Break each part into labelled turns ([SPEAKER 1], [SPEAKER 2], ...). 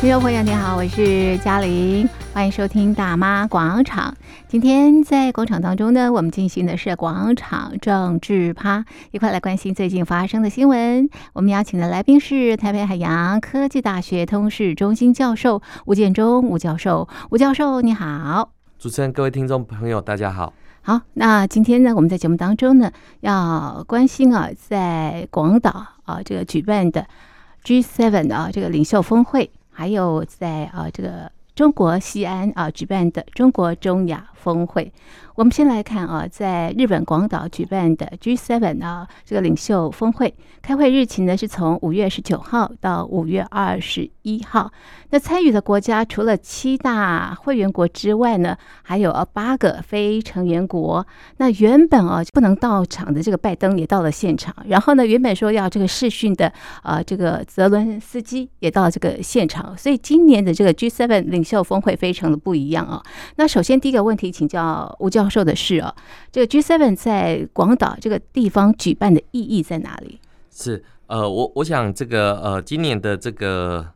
[SPEAKER 1] 听众朋友，你好，我是嘉玲，欢迎收听《大妈广场》。今天在广场当中呢，我们进行的是广场政治趴，一块来关心最近发生的新闻。我们邀请的来宾是台北海洋科技大学通识中心教授吴建中吴教授。吴教授，你好。
[SPEAKER 2] 主持人、各位听众朋友，大家好。
[SPEAKER 1] 好，那今天呢，我们在节目当中呢，要关心啊，在广岛啊这个举办的 G7 啊这个领袖峰会，还有在啊这个中国西安啊举办的中国中亚峰会。我们先来看啊，在日本广岛举办的 G7 啊这个领袖峰会，开会日期呢是从五月十九号到五月二十一号。那参与的国家除了七大会员国之外呢，还有呃八个非成员国。那原本啊不能到场的这个拜登也到了现场，然后呢原本说要这个视讯的呃这个泽伦斯基也到这个现场，所以今年的这个 G7 领袖峰会非常的不一样啊。那首先第一个问题，请教吴教授的是哦、这个 G7 在广岛这个地方举办的意义在哪里？
[SPEAKER 2] 是呃，我我想这个呃，今年的这个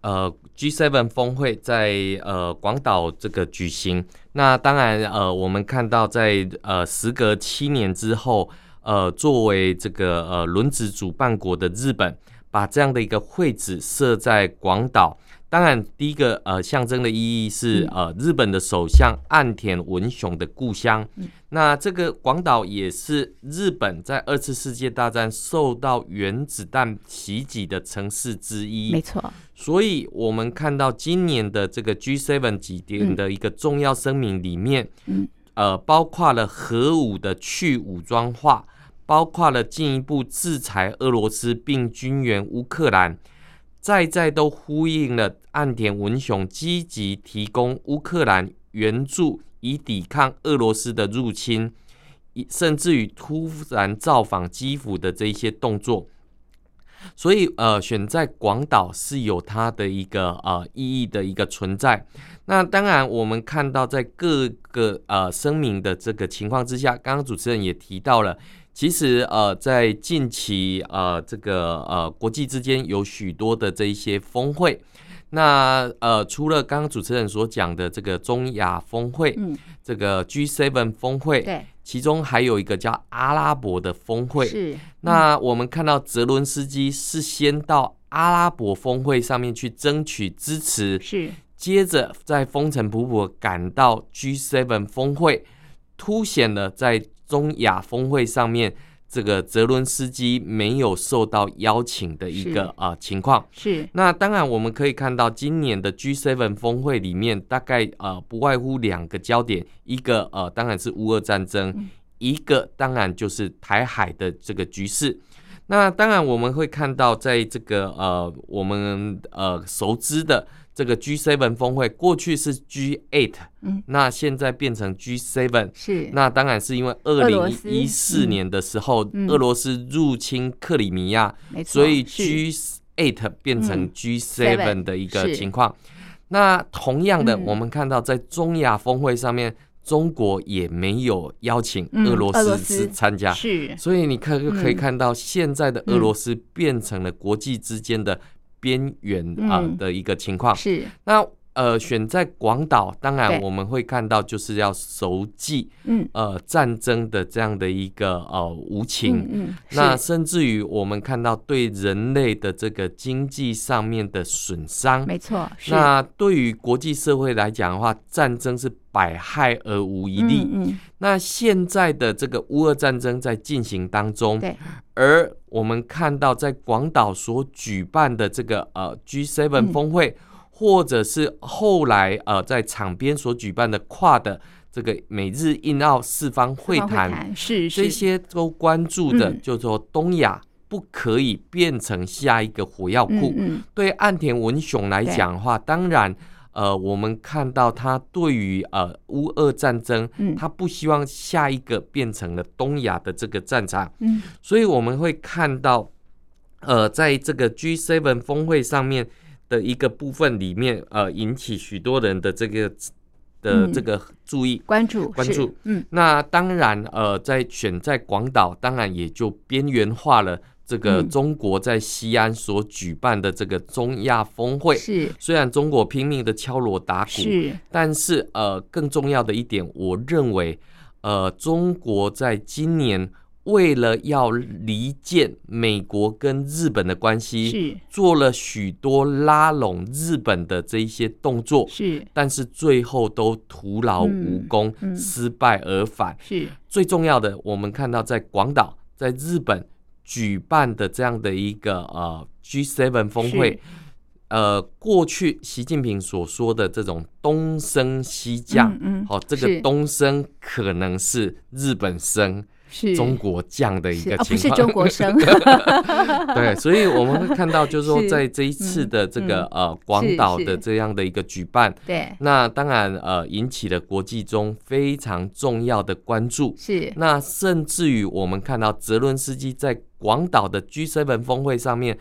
[SPEAKER 2] 呃 G7 峰会在呃广岛这个举行。那当然呃，我们看到在呃时隔七年之后，呃，作为这个呃轮值主办国的日本，把这样的一个会址设在广岛。当然，第一个呃象征的意义是呃日本的首相岸田文雄的故乡。那这个广岛也是日本在二次世界大战受到原子弹袭击的城市之一。
[SPEAKER 1] 没错，
[SPEAKER 2] 所以我们看到今年的这个 G7 几点的一个重要声明里面，
[SPEAKER 1] 嗯
[SPEAKER 2] 呃，包括了核武的去武装化，包括了进一步制裁俄罗斯并军援乌克兰，再再都呼应了岸田文雄积极提供乌克兰援助，以抵抗俄罗斯的入侵，以甚至于突然造访基辅的这一些动作。所以，呃，选在广岛是有它的一个呃意义的一个存在。那当然，我们看到在各个呃声明的这个情况之下，刚刚主持人也提到了，其实呃在近期呃这个呃国际之间有许多的这一些峰会。那呃，除了刚刚主持人所讲的这个中亚峰会，
[SPEAKER 1] 嗯，
[SPEAKER 2] 这个 G7 峰会，
[SPEAKER 1] 对，
[SPEAKER 2] 其中还有一个叫阿拉伯的峰会，
[SPEAKER 1] 是嗯
[SPEAKER 2] 那我们看到泽伦斯基是先到阿拉伯峰会上面去争取支持，
[SPEAKER 1] 是，
[SPEAKER 2] 接着在风尘仆仆地赶到 G7 峰会，凸显了在中亚峰会上面这个泽伦斯基没有受到邀请的一个
[SPEAKER 1] 是
[SPEAKER 2] 啊、呃情况。
[SPEAKER 1] 是
[SPEAKER 2] 那当然，我们可以看到今年的 G7 峰会里面，大概呃不外乎两个焦点，一个呃当然是乌俄战争，
[SPEAKER 1] 嗯
[SPEAKER 2] 一个当然就是台海的这个局势。那当然我们会看到，在这个呃我们呃熟知的这个 G7 峰会，过去是 G8，
[SPEAKER 1] 嗯，
[SPEAKER 2] 那现在变成 G7。
[SPEAKER 1] 是，
[SPEAKER 2] 那当然是因为二
[SPEAKER 1] 俄罗
[SPEAKER 2] 零
[SPEAKER 1] 斯
[SPEAKER 2] 一四
[SPEAKER 1] 嗯
[SPEAKER 2] 年的时候，
[SPEAKER 1] 嗯
[SPEAKER 2] 俄罗斯入侵克里米亚，
[SPEAKER 1] 没错，
[SPEAKER 2] 所以
[SPEAKER 1] 是
[SPEAKER 2] G eight 变成
[SPEAKER 1] 嗯
[SPEAKER 2] G
[SPEAKER 1] 7
[SPEAKER 2] seven 的一个
[SPEAKER 1] 是
[SPEAKER 2] 情况。那同样的，
[SPEAKER 1] 嗯
[SPEAKER 2] 我们看到在中亚峰会上面，中国也没有邀请
[SPEAKER 1] 嗯
[SPEAKER 2] 俄罗
[SPEAKER 1] 俄罗
[SPEAKER 2] 斯
[SPEAKER 1] 斯
[SPEAKER 2] 是参加，
[SPEAKER 1] 是
[SPEAKER 2] 所以你看就可以
[SPEAKER 1] 嗯
[SPEAKER 2] 看到现在的俄罗斯变成了国际之间的边缘啊
[SPEAKER 1] 嗯
[SPEAKER 2] 的一个情况。
[SPEAKER 1] 是，
[SPEAKER 2] 那呃，选在广岛，当然
[SPEAKER 1] 对
[SPEAKER 2] 我们会看到就是要熟记
[SPEAKER 1] 嗯
[SPEAKER 2] 呃战争的这样的一个呃无情
[SPEAKER 1] 嗯。嗯，
[SPEAKER 2] 那
[SPEAKER 1] 是
[SPEAKER 2] 甚至于我们看到对人类的这个经济上面的损伤，
[SPEAKER 1] 没错，是
[SPEAKER 2] 嗯那对于国际社会来讲的话，战争是百害而无一利。
[SPEAKER 1] 嗯嗯
[SPEAKER 2] 那现在的这个乌俄战争在进行当中，
[SPEAKER 1] 对，
[SPEAKER 2] 而我们看到在广岛所举办的这个呃 G7
[SPEAKER 1] 嗯
[SPEAKER 2] 峰会，或者是后来呃在场边所举办的跨的这个美日印澳四方会
[SPEAKER 1] 方
[SPEAKER 2] 谈，
[SPEAKER 1] 是
[SPEAKER 2] 这
[SPEAKER 1] 是
[SPEAKER 2] 些都关注的，
[SPEAKER 1] 嗯
[SPEAKER 2] 就是说东亚不可以变成下一个火药库。
[SPEAKER 1] 嗯
[SPEAKER 2] 对岸田文雄来讲的话，当然，呃，我们看到他对于呃乌俄战争，
[SPEAKER 1] 嗯
[SPEAKER 2] 他不希望下一个变成了东亚的这个战场，
[SPEAKER 1] 嗯
[SPEAKER 2] 所以我们会看到，呃，在这个 G7 峰会上面的一个部分里面，呃，引起许多人的这个的
[SPEAKER 1] 嗯
[SPEAKER 2] 这个注意。
[SPEAKER 1] 关注
[SPEAKER 2] 关
[SPEAKER 1] 是
[SPEAKER 2] 注
[SPEAKER 1] 嗯
[SPEAKER 2] 那当然，呃，在选在广岛，当然也就边缘化了这个
[SPEAKER 1] 嗯
[SPEAKER 2] 中国在西安所举办的这个中亚峰会。
[SPEAKER 1] 是
[SPEAKER 2] 虽然中国拼命的敲锣打鼓，
[SPEAKER 1] 是
[SPEAKER 2] 但是呃，更重要的一点，我认为，呃，中国在今年为了要离间美国跟日本的关系，
[SPEAKER 1] 是
[SPEAKER 2] 做了许多拉拢日本的这一些动作，
[SPEAKER 1] 是
[SPEAKER 2] 但是最后都徒劳无
[SPEAKER 1] 嗯
[SPEAKER 2] 功，
[SPEAKER 1] 嗯
[SPEAKER 2] 失败而返。
[SPEAKER 1] 是
[SPEAKER 2] 最重要的，我们看到在广岛，在日本举办的这样的一个呃 G7 峰
[SPEAKER 1] 是
[SPEAKER 2] 会，呃，过去习近平所说的这种东升西降，
[SPEAKER 1] 嗯嗯
[SPEAKER 2] 好、这
[SPEAKER 1] 是
[SPEAKER 2] 个东升可能是日本升、
[SPEAKER 1] 是
[SPEAKER 2] 中国降的一
[SPEAKER 1] 是
[SPEAKER 2] 个
[SPEAKER 1] 哦，不
[SPEAKER 2] 情
[SPEAKER 1] 是
[SPEAKER 2] 况，
[SPEAKER 1] 中国生，
[SPEAKER 2] 对，所以我们会看到，就是说
[SPEAKER 1] 是嗯
[SPEAKER 2] 在这一次的这个、呃广
[SPEAKER 1] 是
[SPEAKER 2] 岛
[SPEAKER 1] 是
[SPEAKER 2] 的这样的一个举办，
[SPEAKER 1] 对，
[SPEAKER 2] 那当然呃引起了国际中非常重要的关注。
[SPEAKER 1] 是
[SPEAKER 2] 那甚至于我们看到泽伦斯基在广岛的 G7 峰会上面，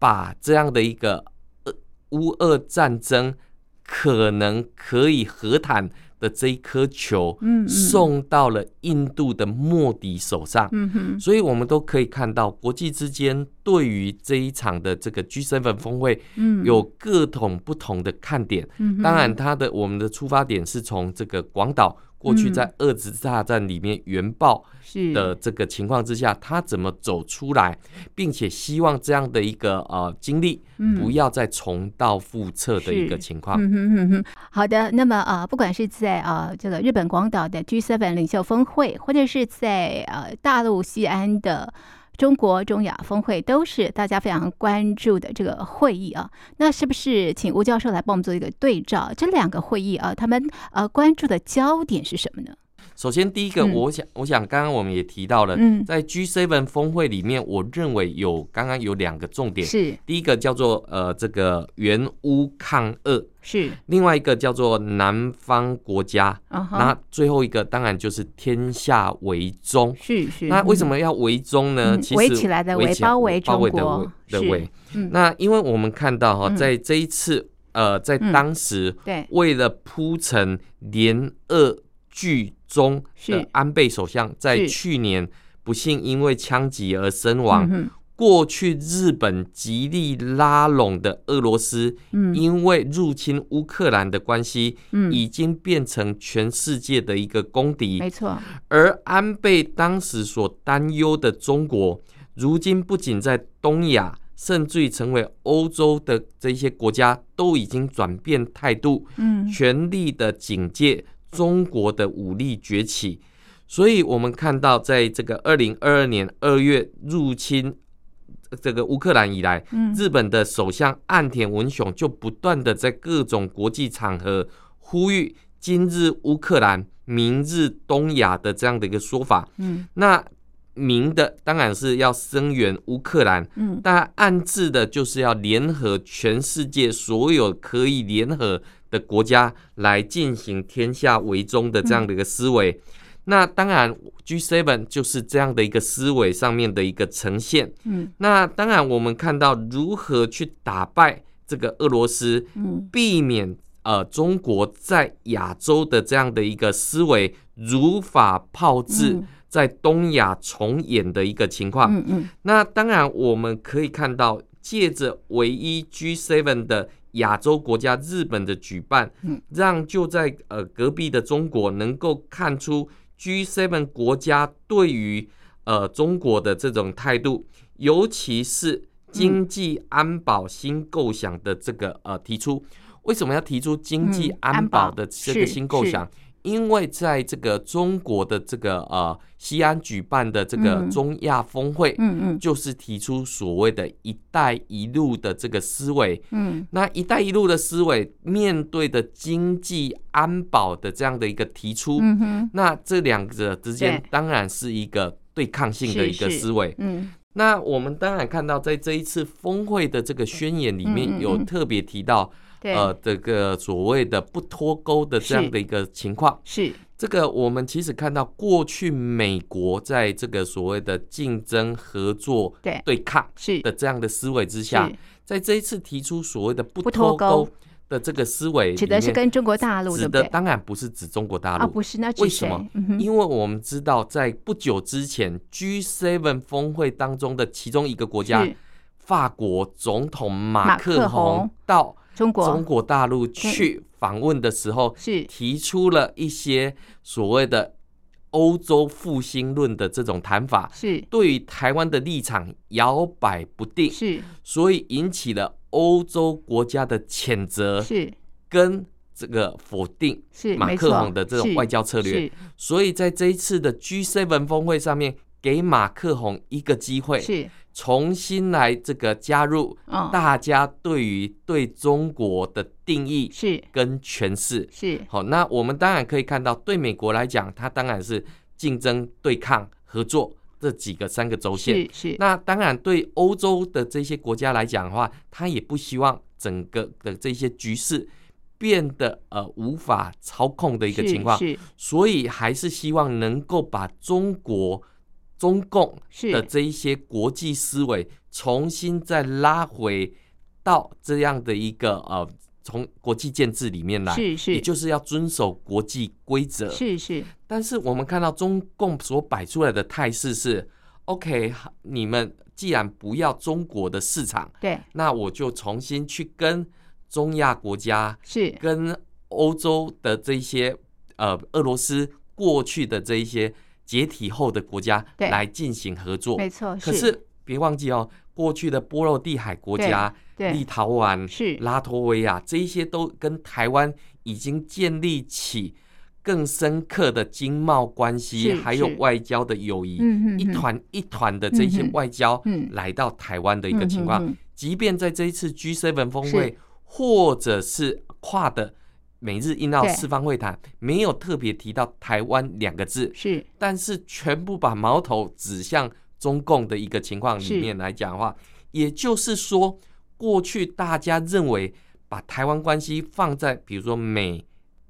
[SPEAKER 2] 把这样的一个呃乌俄战争可能可以和谈的这一颗球，
[SPEAKER 1] 嗯嗯
[SPEAKER 2] 送到了印度的莫迪手上。
[SPEAKER 1] 嗯哼，
[SPEAKER 2] 所以，我们都可以看到，国际之间对于这一场的这个 G7 峰会
[SPEAKER 1] 嗯，
[SPEAKER 2] 有各种不同的看点。
[SPEAKER 1] 嗯哼，
[SPEAKER 2] 当然，它的我们的出发点是从这个广岛过去
[SPEAKER 1] 嗯
[SPEAKER 2] 在二次大战里面原爆
[SPEAKER 1] 是
[SPEAKER 2] 的这个情况之下，它怎么走出来，并且希望这样的一个呃经历
[SPEAKER 1] 嗯
[SPEAKER 2] 不要再重蹈覆辙的一个
[SPEAKER 1] 是
[SPEAKER 2] 情况。
[SPEAKER 1] 嗯哼哼哼，好的。那么啊、呃不管是在啊、呃这个日本广岛的 G7 领袖峰会，或者是在呃大陆西安的。中国中亚峰会都是大家非常关注的这个会议啊，那是不是请吴教授来帮我们做一个对照？这两个会议啊，他们呃关注的焦点是什么呢？
[SPEAKER 2] 首先，第一个，
[SPEAKER 1] 嗯
[SPEAKER 2] 我想，我想刚刚我们也提到了，
[SPEAKER 1] 嗯，
[SPEAKER 2] 在 G7 峰会里面，我认为有刚刚有两个重点，
[SPEAKER 1] 是
[SPEAKER 2] 第一个叫做呃这个援乌抗俄，
[SPEAKER 1] 是，
[SPEAKER 2] 另外一个叫做南方国家。
[SPEAKER 1] 啊哈，
[SPEAKER 2] 那最后一个当然就是天下为中。
[SPEAKER 1] 是是。嗯
[SPEAKER 2] 那为什
[SPEAKER 1] 么？
[SPEAKER 2] 么要为中呢？
[SPEAKER 1] 嗯
[SPEAKER 2] 其实
[SPEAKER 1] 围起来的围
[SPEAKER 2] 起来
[SPEAKER 1] 包围
[SPEAKER 2] 包围的
[SPEAKER 1] 中国
[SPEAKER 2] 围的
[SPEAKER 1] 是
[SPEAKER 2] 围。
[SPEAKER 1] 嗯
[SPEAKER 2] 那因为我们看到哈、
[SPEAKER 1] 嗯
[SPEAKER 2] 在这一次呃，在
[SPEAKER 1] 嗯
[SPEAKER 2] 当时
[SPEAKER 1] 对，
[SPEAKER 2] 为了铺陈联俄剧中的
[SPEAKER 1] 是
[SPEAKER 2] 安倍首相，在
[SPEAKER 1] 是
[SPEAKER 2] 去年不幸因为枪击而身亡。
[SPEAKER 1] 嗯
[SPEAKER 2] 过去日本极力拉拢的俄罗斯，
[SPEAKER 1] 哼嗯
[SPEAKER 2] 因为入侵乌克兰的关系，
[SPEAKER 1] 嗯，
[SPEAKER 2] 已经变成全世界的一个公敌。
[SPEAKER 1] 没错，
[SPEAKER 2] 而安倍当时所担忧的中国，如今不仅在东亚，甚至于成为欧洲的这些国家都已经转变态度，
[SPEAKER 1] 嗯
[SPEAKER 2] 全力的警戒中国的武力崛起。所以，我们看到，在这个二零二二年二月入侵呃这个乌克兰以来，
[SPEAKER 1] 嗯，
[SPEAKER 2] 日本的首相岸田文雄就不断的在各种国际场合呼吁“今日乌克兰，明日东亚”的这样的一个说法。
[SPEAKER 1] 嗯
[SPEAKER 2] 那明的当然是要声援乌克兰，
[SPEAKER 1] 嗯
[SPEAKER 2] 但暗自的就是要联合全世界所有可以联合的国家来进行天下为中的这样的一个思维。那当然，G7 就是这样的一个思维上面的一个呈现。
[SPEAKER 1] 嗯
[SPEAKER 2] 那当然，我们看到如何去打败这个俄罗斯，
[SPEAKER 1] 嗯，
[SPEAKER 2] 避免呃中国在亚洲的这样的一个思维如法炮制
[SPEAKER 1] 嗯，
[SPEAKER 2] 在东亚重演的一个情况。
[SPEAKER 1] 嗯嗯
[SPEAKER 2] 那当然，我们可以看到，借着唯一 G7 的亚洲国家日本的举办，
[SPEAKER 1] 嗯
[SPEAKER 2] 让就在呃隔壁的中国能够看出 G7 国家对于呃中国的这种态度，尤其是经济安保新构想的这个呃提出。为什么要提出经济
[SPEAKER 1] 嗯
[SPEAKER 2] 安
[SPEAKER 1] 安保
[SPEAKER 2] 保的这个
[SPEAKER 1] 是
[SPEAKER 2] 新构
[SPEAKER 1] 嗯是
[SPEAKER 2] 想？因为在这个中国的这个呃西安举办的这个
[SPEAKER 1] 嗯
[SPEAKER 2] 中亚峰会，
[SPEAKER 1] 嗯嗯
[SPEAKER 2] 就是提出所谓的“一带一路”的这个思维。
[SPEAKER 1] 嗯，
[SPEAKER 2] 那“一带一路”的思维面对的经济安保的这样的一个提出，
[SPEAKER 1] 嗯哼，
[SPEAKER 2] 那这两者之间
[SPEAKER 1] 对
[SPEAKER 2] 当然是一个对抗性的一个
[SPEAKER 1] 是是
[SPEAKER 2] 思维。
[SPEAKER 1] 嗯
[SPEAKER 2] 那我们当然看到，在这一次峰会的这个宣言里
[SPEAKER 1] 嗯嗯
[SPEAKER 2] 面，
[SPEAKER 1] 嗯
[SPEAKER 2] 有特别提到、
[SPEAKER 1] 对，
[SPEAKER 2] 呃这个所谓的不脱钩的这样
[SPEAKER 1] 是
[SPEAKER 2] 的一个情况。
[SPEAKER 1] 是
[SPEAKER 2] 这个我们其实看到，过去美国在这个所谓的竞争、合作、
[SPEAKER 1] 对
[SPEAKER 2] 对抗
[SPEAKER 1] 是
[SPEAKER 2] 的这样的思维之下
[SPEAKER 1] 是，
[SPEAKER 2] 在这一次提出所谓的不
[SPEAKER 1] 不脱
[SPEAKER 2] 脱钩
[SPEAKER 1] 钩，
[SPEAKER 2] 的这个思维里面，
[SPEAKER 1] 指的是跟中国大陆
[SPEAKER 2] 指
[SPEAKER 1] 对不
[SPEAKER 2] 的
[SPEAKER 1] 对？
[SPEAKER 2] 当然不是指中国大
[SPEAKER 1] 啊，
[SPEAKER 2] 陆，
[SPEAKER 1] 不是，那指
[SPEAKER 2] 为
[SPEAKER 1] 谁
[SPEAKER 2] 什么？
[SPEAKER 1] 嗯哼
[SPEAKER 2] 因为我们知道在不久之前 G7 峰会当中的其中一个国家
[SPEAKER 1] 是
[SPEAKER 2] 法国总统马
[SPEAKER 1] 马
[SPEAKER 2] 克
[SPEAKER 1] 克
[SPEAKER 2] 宏
[SPEAKER 1] 宏
[SPEAKER 2] 到
[SPEAKER 1] 中国
[SPEAKER 2] 中国大陆去访问的时候，
[SPEAKER 1] 是
[SPEAKER 2] 提出了一些所谓的欧洲复兴论的这种谈法，
[SPEAKER 1] 是
[SPEAKER 2] 对于台湾的立场摇摆不定，
[SPEAKER 1] 是
[SPEAKER 2] 所以引起了欧洲国家的谴责
[SPEAKER 1] 是
[SPEAKER 2] 跟这个否定
[SPEAKER 1] 是，
[SPEAKER 2] 呃马
[SPEAKER 1] 没
[SPEAKER 2] 克
[SPEAKER 1] 错
[SPEAKER 2] 宏的这种
[SPEAKER 1] 是
[SPEAKER 2] 外交策略。所以在这一次的 G7 峰会上面，给马克宏一个机会
[SPEAKER 1] 是，是，
[SPEAKER 2] 重新来这个加入
[SPEAKER 1] 嗯，
[SPEAKER 2] 大家对于对中国的定义
[SPEAKER 1] 是
[SPEAKER 2] 跟诠释。
[SPEAKER 1] 是
[SPEAKER 2] 好，那我们当然可以看到，对美国来讲，它当然是竞争、对抗、合作这几个三个轴线。
[SPEAKER 1] 是是，
[SPEAKER 2] 那当然，对欧洲的这些国家来讲的话，他也不希望整个的这些局势变得呃无法操控的一个
[SPEAKER 1] 是
[SPEAKER 2] 情况，
[SPEAKER 1] 是
[SPEAKER 2] 所以还是希望能够把中国、中共
[SPEAKER 1] 是
[SPEAKER 2] 的这一些国际思维重新再拉回到这样的一个呃，从国际建制里面来，
[SPEAKER 1] 是
[SPEAKER 2] 也
[SPEAKER 1] 是
[SPEAKER 2] 就是要遵守国际规则。
[SPEAKER 1] 是是
[SPEAKER 2] 但是我们看到中共所摆出来的态势是，OK，你们既然不要中国的市场，
[SPEAKER 1] 对
[SPEAKER 2] 那我就重新去跟中亚国家、
[SPEAKER 1] 是
[SPEAKER 2] 跟欧洲的这一些呃俄罗斯过去的这一些解体后的国家
[SPEAKER 1] 对
[SPEAKER 2] 来进行合作。
[SPEAKER 1] 没错，
[SPEAKER 2] 可是别忘记哦，过去的波罗的海国家，立
[SPEAKER 1] 对
[SPEAKER 2] 陶宛、
[SPEAKER 1] 是
[SPEAKER 2] 拉脱维亚这一些都跟台湾已经建立起更深刻的经贸关系，
[SPEAKER 1] 是
[SPEAKER 2] 还有
[SPEAKER 1] 是
[SPEAKER 2] 外交的友谊，
[SPEAKER 1] 嗯嗯
[SPEAKER 2] 一团一团的这些
[SPEAKER 1] 嗯哼
[SPEAKER 2] 外交
[SPEAKER 1] 嗯
[SPEAKER 2] 来到台湾的一个情况。
[SPEAKER 1] 嗯嗯嗯
[SPEAKER 2] 即便在这一次 G7 峰会
[SPEAKER 1] 是，
[SPEAKER 2] 或者是跨的美日印澳
[SPEAKER 1] 对
[SPEAKER 2] 四方会谈，没有特别提到台湾两个字，
[SPEAKER 1] 是
[SPEAKER 2] 但是全部把矛头指向中共的一个情况里面来讲的话，也就是说，过去大家认为把台湾关系放在比如说美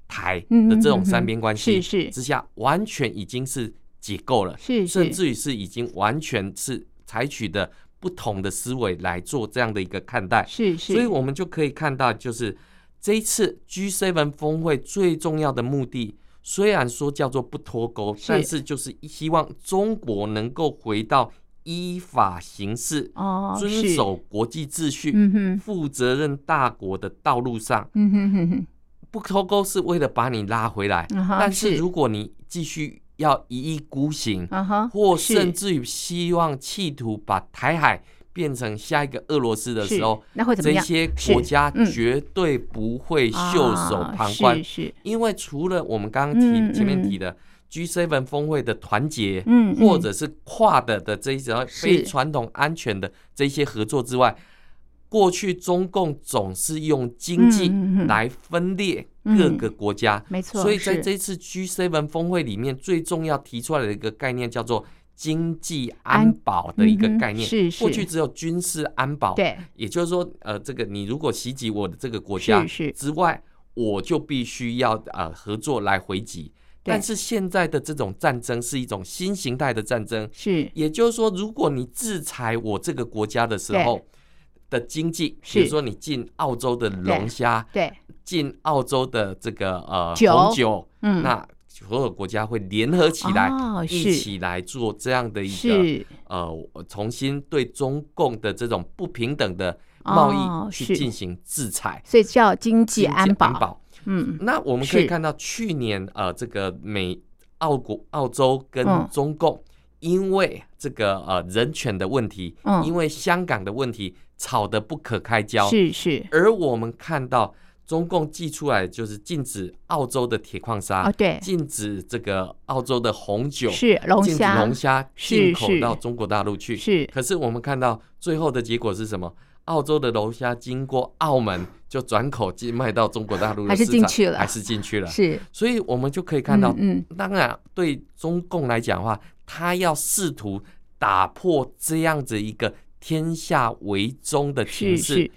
[SPEAKER 2] 台的这种三边关系
[SPEAKER 1] 嗯是是
[SPEAKER 2] 之下，完全已经是解构了，
[SPEAKER 1] 是
[SPEAKER 2] 甚
[SPEAKER 1] 是
[SPEAKER 2] 至于是已经完全是采取的不同的思维来做这样的一个看待。
[SPEAKER 1] 是是，
[SPEAKER 2] 所以我们就可以看到，就是这一次 G7 峰会最重要的目的，虽然说叫做不脱钩，
[SPEAKER 1] 是
[SPEAKER 2] 但是就是希望中国能够回到依法行事、
[SPEAKER 1] 哦
[SPEAKER 2] 遵
[SPEAKER 1] 是
[SPEAKER 2] 守国际秩序、
[SPEAKER 1] 嗯哼
[SPEAKER 2] 负责任大国的道路上。
[SPEAKER 1] 嗯哼哼哼，
[SPEAKER 2] 不脱钩是为了把你拉回来，
[SPEAKER 1] 嗯哼
[SPEAKER 2] 但是
[SPEAKER 1] 是
[SPEAKER 2] 如果你继续要一意孤行，
[SPEAKER 1] 啊哈，
[SPEAKER 2] 或
[SPEAKER 1] 是
[SPEAKER 2] 甚至于希望企图把台海变成下一个俄罗斯的
[SPEAKER 1] 是
[SPEAKER 2] 时候，
[SPEAKER 1] 那会怎么
[SPEAKER 2] 这
[SPEAKER 1] 样？
[SPEAKER 2] 些国家
[SPEAKER 1] 是嗯
[SPEAKER 2] 绝对不会袖手
[SPEAKER 1] 啊
[SPEAKER 2] 旁观，
[SPEAKER 1] 是是
[SPEAKER 2] 因为除了我们刚刚提、
[SPEAKER 1] 嗯
[SPEAKER 2] 前面
[SPEAKER 1] 嗯
[SPEAKER 2] 提的 G7 峰会的团结，
[SPEAKER 1] 嗯嗯
[SPEAKER 2] 或者是跨的的这一种
[SPEAKER 1] 是
[SPEAKER 2] 非传统安全的这些合作之外，过去中共总是用经济
[SPEAKER 1] 嗯嗯嗯嗯
[SPEAKER 2] 来分裂各个国家，
[SPEAKER 1] 没错，
[SPEAKER 2] 所以在
[SPEAKER 1] 是
[SPEAKER 2] 这次 G7 峰会里面，最重要提出来的一个概念叫做经济安
[SPEAKER 1] 安
[SPEAKER 2] 保的一个
[SPEAKER 1] 嗯哼
[SPEAKER 2] 概念。
[SPEAKER 1] 是是
[SPEAKER 2] 过去只有军事安保，
[SPEAKER 1] 对
[SPEAKER 2] 也就是说，呃，这个你如果袭击我的这个国家
[SPEAKER 1] 是是
[SPEAKER 2] 之外，我就必须要呃合作来回击。
[SPEAKER 1] 对
[SPEAKER 2] 但是现在的这种战争是一种新形态的战争，
[SPEAKER 1] 是
[SPEAKER 2] 也就是说，如果你制裁我这个国家的时候的经济，比
[SPEAKER 1] 是
[SPEAKER 2] 如说你进澳洲的龙虾，
[SPEAKER 1] 对
[SPEAKER 2] 进澳洲的这个呃
[SPEAKER 1] 酒
[SPEAKER 2] 红酒，
[SPEAKER 1] 嗯
[SPEAKER 2] 那所有国家会联合起来，
[SPEAKER 1] 哦是
[SPEAKER 2] 一起来做这样的一个
[SPEAKER 1] 是
[SPEAKER 2] 呃重新对中共的这种不平等的贸
[SPEAKER 1] 哦
[SPEAKER 2] 易去
[SPEAKER 1] 是
[SPEAKER 2] 进行制裁。
[SPEAKER 1] 所以叫经济
[SPEAKER 2] 经济
[SPEAKER 1] 安保，
[SPEAKER 2] 保。
[SPEAKER 1] 嗯
[SPEAKER 2] 那我们可以
[SPEAKER 1] 是
[SPEAKER 2] 看到，去年呃，这个美澳国澳洲跟
[SPEAKER 1] 嗯
[SPEAKER 2] 中共因为这个呃人权的问题，
[SPEAKER 1] 嗯
[SPEAKER 2] 因为香港的问题吵得不可开交，
[SPEAKER 1] 是是
[SPEAKER 2] 而我们看到中共寄出来就是禁止澳洲的铁矿砂，
[SPEAKER 1] 哦对
[SPEAKER 2] 禁止这个澳洲的红酒，
[SPEAKER 1] 是龙
[SPEAKER 2] 禁止
[SPEAKER 1] 虾
[SPEAKER 2] 龙虾
[SPEAKER 1] 是
[SPEAKER 2] 进口
[SPEAKER 1] 是
[SPEAKER 2] 到中国大陆去。
[SPEAKER 1] 是
[SPEAKER 2] 可是我们看到最后的结果是什么？澳洲的龙虾经过澳门就转口进卖到中国大陆的
[SPEAKER 1] 还是
[SPEAKER 2] 市
[SPEAKER 1] 进
[SPEAKER 2] 场
[SPEAKER 1] 去了
[SPEAKER 2] 还是进去了。
[SPEAKER 1] 是
[SPEAKER 2] 所以我们就可以看到，
[SPEAKER 1] 嗯嗯
[SPEAKER 2] 当然对中共来讲的话，他要试图打破这样子一个天下为中的
[SPEAKER 1] 是
[SPEAKER 2] 情势。
[SPEAKER 1] 是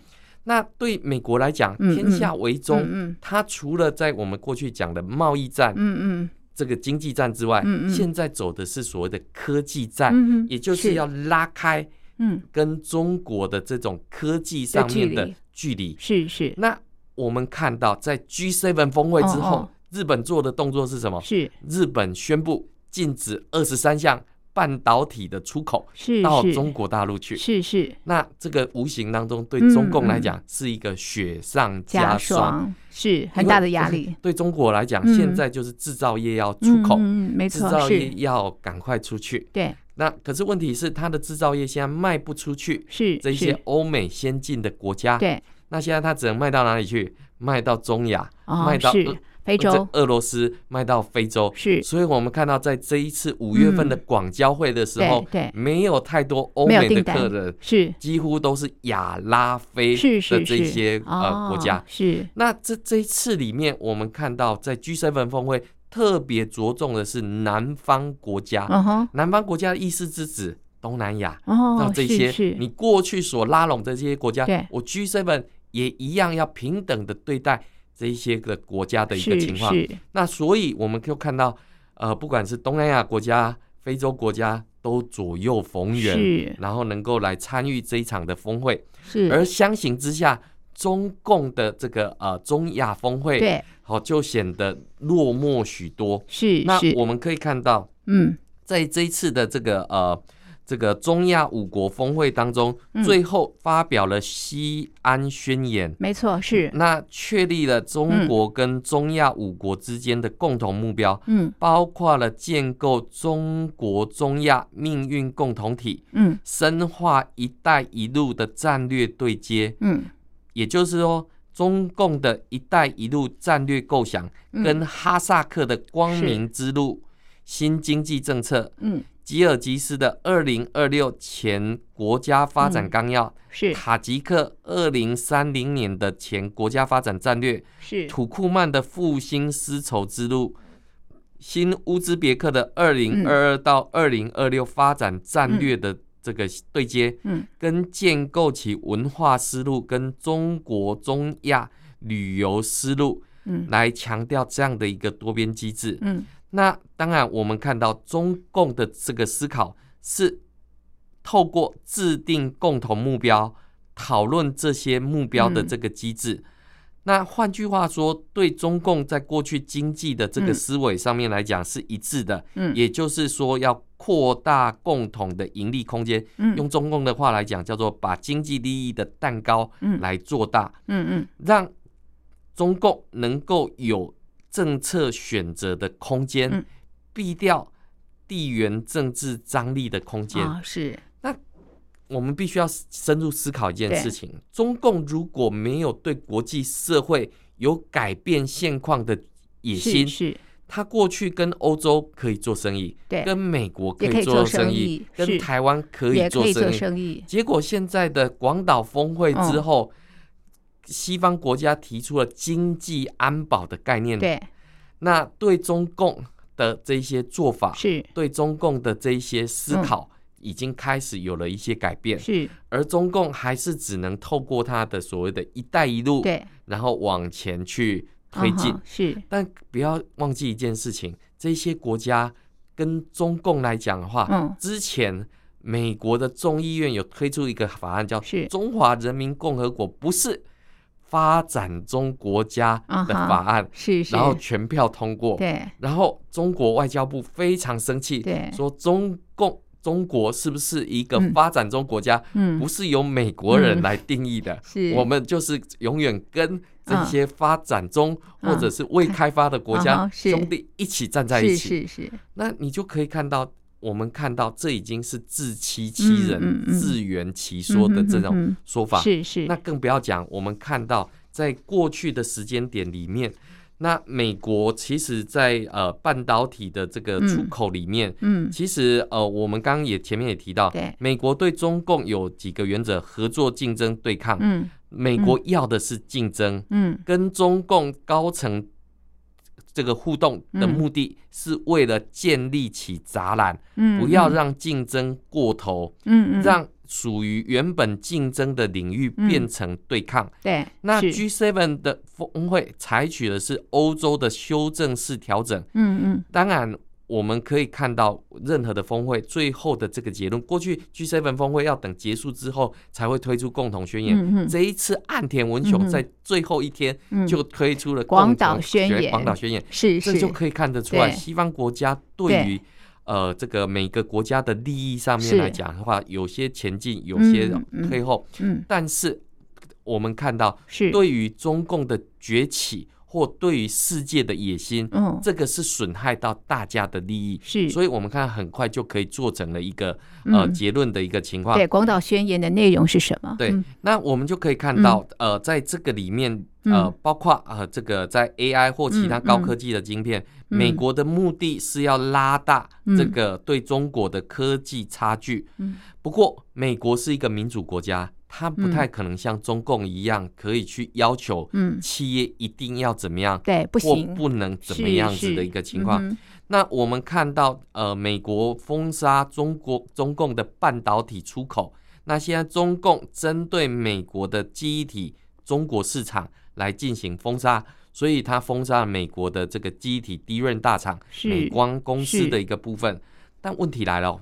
[SPEAKER 2] 那对美国来讲，
[SPEAKER 1] 嗯嗯
[SPEAKER 2] 天下为中，
[SPEAKER 1] 嗯
[SPEAKER 2] 它除了在我们过去讲的贸易战、
[SPEAKER 1] 嗯嗯
[SPEAKER 2] 这个经济战之外，
[SPEAKER 1] 嗯嗯
[SPEAKER 2] 现在走的是所谓的科技战，
[SPEAKER 1] 嗯嗯
[SPEAKER 2] 哎也就是
[SPEAKER 1] 是
[SPEAKER 2] 要拉开
[SPEAKER 1] 嗯
[SPEAKER 2] 跟中国的这种科技上面的
[SPEAKER 1] 的
[SPEAKER 2] 距离。
[SPEAKER 1] 是是
[SPEAKER 2] 那我们看到在 G7 峰会之后，
[SPEAKER 1] 哦哦
[SPEAKER 2] 日本做的动作是什么？
[SPEAKER 1] 是
[SPEAKER 2] 日本宣布禁止二十三项半导体的出口
[SPEAKER 1] 是
[SPEAKER 2] 到
[SPEAKER 1] 是
[SPEAKER 2] 中国大陆去。
[SPEAKER 1] 是是
[SPEAKER 2] 那这个无形当中对
[SPEAKER 1] 嗯
[SPEAKER 2] 中共来讲是一个雪上加
[SPEAKER 1] 加
[SPEAKER 2] 霜，
[SPEAKER 1] 霜，是很大的压力。。
[SPEAKER 2] 对中国来讲，
[SPEAKER 1] 嗯
[SPEAKER 2] 现在就是制造业要出口，
[SPEAKER 1] 嗯，嗯嗯没
[SPEAKER 2] 制
[SPEAKER 1] 错，
[SPEAKER 2] 造业
[SPEAKER 1] 是，
[SPEAKER 2] 要赶快出去。
[SPEAKER 1] 对，
[SPEAKER 2] 那可是问题是，它的制造业现在卖不出去，
[SPEAKER 1] 是
[SPEAKER 2] 这些啊
[SPEAKER 1] 是，
[SPEAKER 2] 欧美先进的国家，
[SPEAKER 1] 对，
[SPEAKER 2] 那现在它只能卖到哪里去？卖到中亚，
[SPEAKER 1] 哦
[SPEAKER 2] 卖，到呃
[SPEAKER 1] 是非洲，
[SPEAKER 2] 俄罗斯，卖到非洲。
[SPEAKER 1] 是
[SPEAKER 2] 所以我们看到，在这一次五月份的广交会的时候，
[SPEAKER 1] 嗯对对
[SPEAKER 2] 没有太多欧
[SPEAKER 1] 没有
[SPEAKER 2] 美的
[SPEAKER 1] 订单
[SPEAKER 2] 客人，
[SPEAKER 1] 是
[SPEAKER 2] 几乎都是亚拉非
[SPEAKER 1] 是
[SPEAKER 2] 的
[SPEAKER 1] 是
[SPEAKER 2] 这
[SPEAKER 1] 是
[SPEAKER 2] 些呃国
[SPEAKER 1] 哦
[SPEAKER 2] 家。
[SPEAKER 1] 是
[SPEAKER 2] 那这这一次里面，我们看到在 G7 峰会特别着重的是南方国家，
[SPEAKER 1] 嗯哼，
[SPEAKER 2] 南方国家的意思是指东南亚。那
[SPEAKER 1] 哦，
[SPEAKER 2] 这
[SPEAKER 1] 是
[SPEAKER 2] 些
[SPEAKER 1] 是，
[SPEAKER 2] 你过去所拉拢的这些国家
[SPEAKER 1] 对，
[SPEAKER 2] 我 G7 也一样要平等的对待这一些个国家的一个
[SPEAKER 1] 是
[SPEAKER 2] 情况。
[SPEAKER 1] 是
[SPEAKER 2] 那所以我们就看到，呃，不管是东南亚国家、非洲国家，都左右逢源，
[SPEAKER 1] 是
[SPEAKER 2] 然后能够来参与这一场的峰会。
[SPEAKER 1] 是，
[SPEAKER 2] 而相形之下，中共的这个呃中亚峰会，
[SPEAKER 1] 对，
[SPEAKER 2] 好、就显得落寞许多。
[SPEAKER 1] 是
[SPEAKER 2] 那
[SPEAKER 1] 是，
[SPEAKER 2] 我们可以看到，
[SPEAKER 1] 嗯，
[SPEAKER 2] 在这一次的这个呃这个中亚五国峰会当中，
[SPEAKER 1] 嗯
[SPEAKER 2] 最后发表了《西安宣言》。
[SPEAKER 1] 没错，是，
[SPEAKER 2] 那确立了中国跟中亚五国之间的共同目标，
[SPEAKER 1] 嗯
[SPEAKER 2] 包括了建构中国中亚命运共同体，
[SPEAKER 1] 嗯
[SPEAKER 2] 深化“一带一路”的战略对接，
[SPEAKER 1] 嗯，
[SPEAKER 2] 也就是说，中共的一带一路战略构想
[SPEAKER 1] 嗯
[SPEAKER 2] 跟哈萨克的光明之路、新经济政策、
[SPEAKER 1] 嗯
[SPEAKER 2] 吉尔吉斯的二零二六前国家发展纲要、
[SPEAKER 1] 嗯是
[SPEAKER 2] 塔吉克二零三零年的前国家发展战略、
[SPEAKER 1] 是
[SPEAKER 2] 土库曼的复兴丝绸之路。新乌兹别克
[SPEAKER 1] 嗯
[SPEAKER 2] 的二零二二到二零二六发展战略的这个对接，
[SPEAKER 1] 嗯
[SPEAKER 2] 跟建构起文化思路跟中国中亚旅游思路
[SPEAKER 1] 嗯
[SPEAKER 2] 来强调这样的一个多边机制。
[SPEAKER 1] 嗯
[SPEAKER 2] 那当然，我们看到中共的这个思考是透过制定共同目标，讨论这些目标
[SPEAKER 1] 嗯
[SPEAKER 2] 的这个机制。那换句话说，对中共在过去经济的这个
[SPEAKER 1] 嗯
[SPEAKER 2] 思维上面来讲是一致的，
[SPEAKER 1] 嗯
[SPEAKER 2] 也就是说要扩大共同的盈利空间，
[SPEAKER 1] 嗯
[SPEAKER 2] 用中共的话来讲，叫做把经济利益的蛋糕
[SPEAKER 1] 嗯
[SPEAKER 2] 来做大，
[SPEAKER 1] 嗯嗯
[SPEAKER 2] 让中共能够有政策选择的空间，
[SPEAKER 1] 嗯
[SPEAKER 2] 避掉地缘政治张力的空间。
[SPEAKER 1] 啊是
[SPEAKER 2] 我们必须要深入思考一件
[SPEAKER 1] 对
[SPEAKER 2] 事情：中共如果没有对国际社会有改变现况的野
[SPEAKER 1] 是
[SPEAKER 2] 心，
[SPEAKER 1] 是
[SPEAKER 2] 他过去跟欧洲可以做生意，
[SPEAKER 1] 对
[SPEAKER 2] 跟美国可
[SPEAKER 1] 也可
[SPEAKER 2] 以
[SPEAKER 1] 以
[SPEAKER 2] 做
[SPEAKER 1] 做
[SPEAKER 2] 生
[SPEAKER 1] 生
[SPEAKER 2] 意
[SPEAKER 1] 意，
[SPEAKER 2] 跟
[SPEAKER 1] 是
[SPEAKER 2] 台湾可以
[SPEAKER 1] 也
[SPEAKER 2] 做
[SPEAKER 1] 可以
[SPEAKER 2] 生
[SPEAKER 1] 做
[SPEAKER 2] 意。
[SPEAKER 1] 生意
[SPEAKER 2] 结果现在的广岛峰会之
[SPEAKER 1] 嗯
[SPEAKER 2] 后，西方国家提出了经济安保的概念，
[SPEAKER 1] 对
[SPEAKER 2] 那对中共的这一些做法，
[SPEAKER 1] 是
[SPEAKER 2] 对中共的这一些思
[SPEAKER 1] 嗯
[SPEAKER 2] 考，已经开始有了一些改变。
[SPEAKER 1] 是
[SPEAKER 2] 而中共还是只能透过它的所谓的一带一路，
[SPEAKER 1] 对
[SPEAKER 2] 然后往前去推进。
[SPEAKER 1] 啊哈是
[SPEAKER 2] 但不要忘记一件事情，这些国家跟中共来讲的话，
[SPEAKER 1] 嗯
[SPEAKER 2] 之前美国的众议院有推出一个法案，叫
[SPEAKER 1] 是
[SPEAKER 2] 《中华人民共和国不是发展中国家
[SPEAKER 1] 啊
[SPEAKER 2] 的
[SPEAKER 1] 哈
[SPEAKER 2] 法案》
[SPEAKER 1] 是是
[SPEAKER 2] 然后全票通过。
[SPEAKER 1] 对
[SPEAKER 2] 然后中国外交部非常生气
[SPEAKER 1] 对，
[SPEAKER 2] 说中共中国是不是一个
[SPEAKER 1] 嗯
[SPEAKER 2] 发展中国家？
[SPEAKER 1] 嗯
[SPEAKER 2] 不是由美国人来定义的，
[SPEAKER 1] 是
[SPEAKER 2] 我们就是永远跟这些发展中、
[SPEAKER 1] 嗯
[SPEAKER 2] 或者是未开发的国家、
[SPEAKER 1] 嗯哼是
[SPEAKER 2] 兄弟一起站在一
[SPEAKER 1] 是
[SPEAKER 2] 起。
[SPEAKER 1] 是是
[SPEAKER 2] 那你就可以看到，我们看到这已经是自欺欺人、
[SPEAKER 1] 嗯嗯嗯
[SPEAKER 2] 自圆其说的这
[SPEAKER 1] 嗯哼
[SPEAKER 2] 种
[SPEAKER 1] 嗯
[SPEAKER 2] 说法。
[SPEAKER 1] 是是
[SPEAKER 2] 那更不要讲，我们看到在过去的时间点里面，那美国其实在呃半导体的这个出口里面，
[SPEAKER 1] 嗯
[SPEAKER 2] 其实呃我们刚刚也前面也提到
[SPEAKER 1] 对，
[SPEAKER 2] 美国对中共有几个原则：合作、竞争、对抗。
[SPEAKER 1] 嗯
[SPEAKER 2] 美国要的是竞争，
[SPEAKER 1] 嗯
[SPEAKER 2] 跟中共高层这个互动的目的是为了建立起栅栏，
[SPEAKER 1] 嗯
[SPEAKER 2] 不要
[SPEAKER 1] 嗯
[SPEAKER 2] 让竞争过头，
[SPEAKER 1] 嗯嗯
[SPEAKER 2] 让属于原本竞争的领域
[SPEAKER 1] 嗯
[SPEAKER 2] 变成对抗。
[SPEAKER 1] 对
[SPEAKER 2] 那
[SPEAKER 1] 是
[SPEAKER 2] G7 的峰会采取的是欧洲的修正式调整，
[SPEAKER 1] 嗯嗯
[SPEAKER 2] 当然。我们可以看到，任何的峰会最后的这个结论，过去 G7 峰会要等结束之后才会推出共同宣言。
[SPEAKER 1] 嗯嗯
[SPEAKER 2] 这一次，岸田文
[SPEAKER 1] 嗯
[SPEAKER 2] 雄
[SPEAKER 1] 哼
[SPEAKER 2] 在最后一天
[SPEAKER 1] 嗯
[SPEAKER 2] 就推出了
[SPEAKER 1] 广
[SPEAKER 2] 共同
[SPEAKER 1] 岛宣言
[SPEAKER 2] 广岛宣言，
[SPEAKER 1] 是
[SPEAKER 2] 这
[SPEAKER 1] 是
[SPEAKER 2] 就可以看得出来，
[SPEAKER 1] 对嗯
[SPEAKER 2] 西方国家对于呃这个每个国家的利益上面
[SPEAKER 1] 是
[SPEAKER 2] 来讲的话，有些前进，有
[SPEAKER 1] 嗯
[SPEAKER 2] 些
[SPEAKER 1] 嗯
[SPEAKER 2] 退后。
[SPEAKER 1] 嗯
[SPEAKER 2] 但是我们看到，
[SPEAKER 1] 是
[SPEAKER 2] 对于中共的崛起或对于世界的野心，
[SPEAKER 1] 嗯
[SPEAKER 2] 这个是损害到大家的利益。
[SPEAKER 1] 是
[SPEAKER 2] 所以我们看很快就可以做成了一个呃
[SPEAKER 1] 嗯
[SPEAKER 2] 结论的一个情况
[SPEAKER 1] 对。广岛宣言的内容是什么？
[SPEAKER 2] 对
[SPEAKER 1] 嗯，
[SPEAKER 2] 那我们就可以看到，呃，在这个里面，呃
[SPEAKER 1] 嗯，
[SPEAKER 2] 包括呃这个在 AI 或其他
[SPEAKER 1] 嗯
[SPEAKER 2] 高
[SPEAKER 1] 嗯
[SPEAKER 2] 科技的晶片，
[SPEAKER 1] 嗯
[SPEAKER 2] 美国的目的是要拉大
[SPEAKER 1] 嗯
[SPEAKER 2] 这个对中国的科技差距。
[SPEAKER 1] 嗯
[SPEAKER 2] 不过，美国是一个民主国家，它不太可能像中共一样可以去要求
[SPEAKER 1] 嗯，
[SPEAKER 2] 企业一定要怎么样。
[SPEAKER 1] 对，不
[SPEAKER 2] 或
[SPEAKER 1] 行，
[SPEAKER 2] 不能怎么
[SPEAKER 1] 是
[SPEAKER 2] 样子的
[SPEAKER 1] 是
[SPEAKER 2] 一个情况，
[SPEAKER 1] 嗯哼
[SPEAKER 2] 那我们看到，呃，美国封杀中国中共的半导体出口，那现在中共针对美国的记忆体中国市场来进行封杀，所以它封杀了美国的这个记忆体低润大厂
[SPEAKER 1] 是
[SPEAKER 2] 美光公司
[SPEAKER 1] 是
[SPEAKER 2] 的一个部分。但问题来了哦，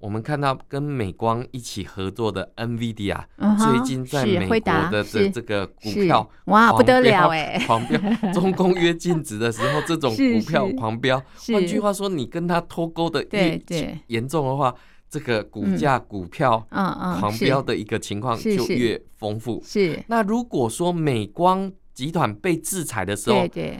[SPEAKER 2] 我们看到跟美光一起合作的 NVIDIA
[SPEAKER 1] 嗯哼
[SPEAKER 2] 最近在
[SPEAKER 1] 是
[SPEAKER 2] 美
[SPEAKER 1] 辉
[SPEAKER 2] 国
[SPEAKER 1] 达
[SPEAKER 2] 的这
[SPEAKER 1] 是
[SPEAKER 2] 这个股
[SPEAKER 1] 是
[SPEAKER 2] 票
[SPEAKER 1] 哇不
[SPEAKER 2] 狂
[SPEAKER 1] 得了
[SPEAKER 2] 飙
[SPEAKER 1] 哎
[SPEAKER 2] 狂 飙！中共约禁止的时候，这种
[SPEAKER 1] 是
[SPEAKER 2] 股票
[SPEAKER 1] 是
[SPEAKER 2] 狂飙。
[SPEAKER 1] 是
[SPEAKER 2] 换句话说，你跟它脱钩的
[SPEAKER 1] 对
[SPEAKER 2] 越
[SPEAKER 1] 对
[SPEAKER 2] 严重的话，这个股价、股票
[SPEAKER 1] 嗯嗯，
[SPEAKER 2] 狂
[SPEAKER 1] 是
[SPEAKER 2] 飙的一个情况
[SPEAKER 1] 是
[SPEAKER 2] 就是越丰富。
[SPEAKER 1] 是，
[SPEAKER 2] 那如果说美光集团被制裁的时
[SPEAKER 1] 对
[SPEAKER 2] 候，
[SPEAKER 1] 对，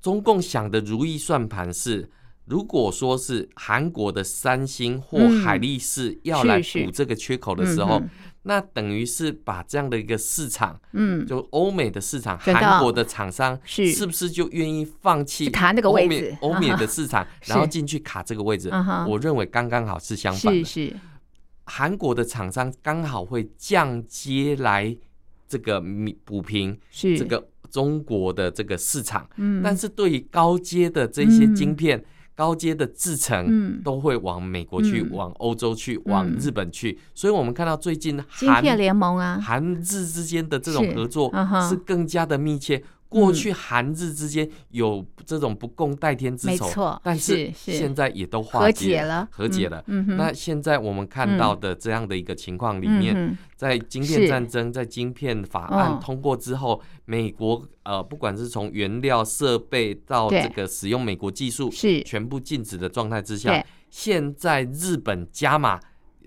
[SPEAKER 2] 中共想的如意算盘是，如果说是韩国的三星或
[SPEAKER 1] 嗯
[SPEAKER 2] 海力士要来
[SPEAKER 1] 是是
[SPEAKER 2] 补这个缺口的
[SPEAKER 1] 嗯
[SPEAKER 2] 时候，
[SPEAKER 1] 哼
[SPEAKER 2] 那等于是把这样的一个市场，
[SPEAKER 1] 嗯，
[SPEAKER 2] 就欧美的市场，
[SPEAKER 1] 真的
[SPEAKER 2] 韩国的厂商
[SPEAKER 1] 是
[SPEAKER 2] 是不是就愿意放弃
[SPEAKER 1] 去卡那个位置
[SPEAKER 2] 欧美欧美的市场，
[SPEAKER 1] 是
[SPEAKER 2] 然后进去卡这个位置
[SPEAKER 1] 嗯哼？
[SPEAKER 2] 我认为刚刚好是相反
[SPEAKER 1] 是
[SPEAKER 2] 的。
[SPEAKER 1] 是，
[SPEAKER 2] 韩国的厂商刚好会降阶来这个弥补平
[SPEAKER 1] 是
[SPEAKER 2] 这，个中国的这个市场，
[SPEAKER 1] 嗯，
[SPEAKER 2] 但是对于高阶的这些
[SPEAKER 1] 嗯
[SPEAKER 2] 晶片、高阶的制程。
[SPEAKER 1] 嗯，
[SPEAKER 2] 都会往美国去，
[SPEAKER 1] 嗯
[SPEAKER 2] 往欧洲去，往日本去，所以我们看到最近
[SPEAKER 1] 芯
[SPEAKER 2] 韩
[SPEAKER 1] 片联盟啊，
[SPEAKER 2] 韩日之间的这种
[SPEAKER 1] 是
[SPEAKER 2] 合作
[SPEAKER 1] 嗯哼嗯
[SPEAKER 2] 是更加的密切。过去韩日之间有这种不共戴天之
[SPEAKER 1] 没
[SPEAKER 2] 仇，
[SPEAKER 1] 错
[SPEAKER 2] 但是
[SPEAKER 1] 是是
[SPEAKER 2] 现在也都化
[SPEAKER 1] 和
[SPEAKER 2] 解
[SPEAKER 1] 解了，
[SPEAKER 2] 和解了。
[SPEAKER 1] 嗯哼，
[SPEAKER 2] 那现在我们看到的这样的一个情况里面，
[SPEAKER 1] 嗯哼
[SPEAKER 2] 在晶
[SPEAKER 1] 是
[SPEAKER 2] 片战争、在晶片法案
[SPEAKER 1] 哦
[SPEAKER 2] 通过之后，美国呃，不管是从原料、设备到
[SPEAKER 1] 对
[SPEAKER 2] 这个使用美国技术，
[SPEAKER 1] 是
[SPEAKER 2] 全部禁止的状态之下
[SPEAKER 1] 对，
[SPEAKER 2] 现在日本加码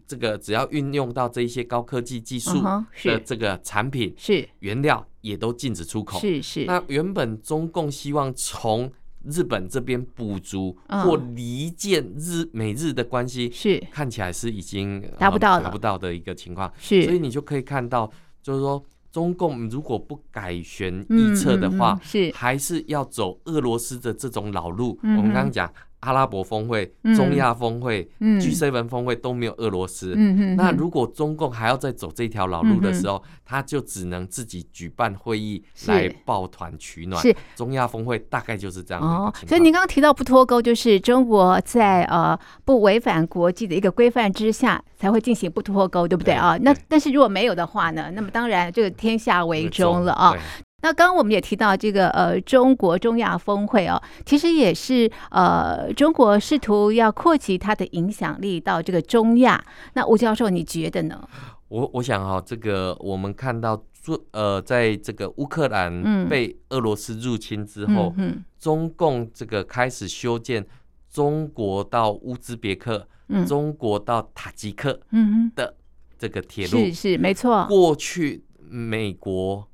[SPEAKER 2] 这个只要运用到这一些高科技技术
[SPEAKER 1] 嗯哼
[SPEAKER 2] 的
[SPEAKER 1] 是
[SPEAKER 2] 这个产品
[SPEAKER 1] 是
[SPEAKER 2] 原料也都禁止出口。
[SPEAKER 1] 是是，
[SPEAKER 2] 那原本中共希望从日本这边补足
[SPEAKER 1] 嗯
[SPEAKER 2] 或离间日美日的关系，
[SPEAKER 1] 是
[SPEAKER 2] 看起来是已经呃
[SPEAKER 1] 达不到了
[SPEAKER 2] 达不到的一个情况，所以
[SPEAKER 1] 是
[SPEAKER 2] 你就可以看到，就是说中共如果不改弦
[SPEAKER 1] 嗯
[SPEAKER 2] 易辙的
[SPEAKER 1] 嗯嗯
[SPEAKER 2] 话，
[SPEAKER 1] 是
[SPEAKER 2] 还是要走俄罗斯的这种老路。
[SPEAKER 1] 嗯哼
[SPEAKER 2] 我们刚刚讲阿拉伯峰会、
[SPEAKER 1] 嗯
[SPEAKER 2] 中亚峰会、
[SPEAKER 1] 嗯
[SPEAKER 2] G7 峰会都没有俄罗斯。
[SPEAKER 1] 嗯哼，
[SPEAKER 2] 那
[SPEAKER 1] 哼
[SPEAKER 2] 如果中共还要再走这条老路的时候，他就只能自己举办会议
[SPEAKER 1] 是
[SPEAKER 2] 来抱团取暖。
[SPEAKER 1] 是
[SPEAKER 2] 中亚峰会大概就是这样的一
[SPEAKER 1] 哦
[SPEAKER 2] 个，情
[SPEAKER 1] 所以
[SPEAKER 2] 况。
[SPEAKER 1] 您刚刚提到不脱钩，就是中国在呃不违反国际的一个规范之下才会进行不脱钩，对不对
[SPEAKER 2] 对
[SPEAKER 1] 啊？那
[SPEAKER 2] 对
[SPEAKER 1] 但是如果没有的话呢，那么当然这个天下为中了啊。
[SPEAKER 2] 对，
[SPEAKER 1] 那刚刚我们也提到这个呃中国中亚峰会哦，其实也是呃中国试图要扩及它的影响力到这个中亚。那吴教授你觉得呢？
[SPEAKER 2] 我我想哈、这个我们看到做呃，在这个乌克
[SPEAKER 1] 嗯
[SPEAKER 2] 兰被俄罗斯入侵之后，
[SPEAKER 1] 嗯嗯
[SPEAKER 2] 中共这个开始修建中国到乌兹别克、
[SPEAKER 1] 嗯
[SPEAKER 2] 中国到塔吉克
[SPEAKER 1] 嗯
[SPEAKER 2] 的这个铁
[SPEAKER 1] 哼，
[SPEAKER 2] 路。
[SPEAKER 1] 是是没错，
[SPEAKER 2] 过去美国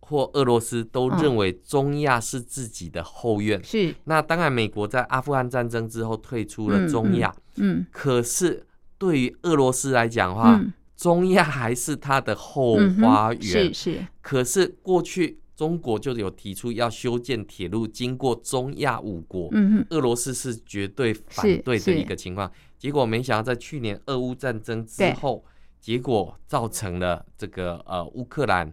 [SPEAKER 2] 或俄罗斯都
[SPEAKER 1] 嗯
[SPEAKER 2] 认为中亚是自己的后院。
[SPEAKER 1] 是
[SPEAKER 2] 那当然，美国在阿富汗战争之后退出了
[SPEAKER 1] 嗯
[SPEAKER 2] 中亚，
[SPEAKER 1] 嗯
[SPEAKER 2] 可是对于俄罗斯来讲的话，
[SPEAKER 1] 嗯
[SPEAKER 2] 中亚还是它的后
[SPEAKER 1] 嗯哼
[SPEAKER 2] 花园。
[SPEAKER 1] 是是
[SPEAKER 2] 可是过去中国就有提出要修建铁路经过中亚五国，
[SPEAKER 1] 嗯哼。
[SPEAKER 2] 俄罗斯是绝对反对的一个情况。结果没想到在去年俄乌战争之后，结果造成了这个呃乌克兰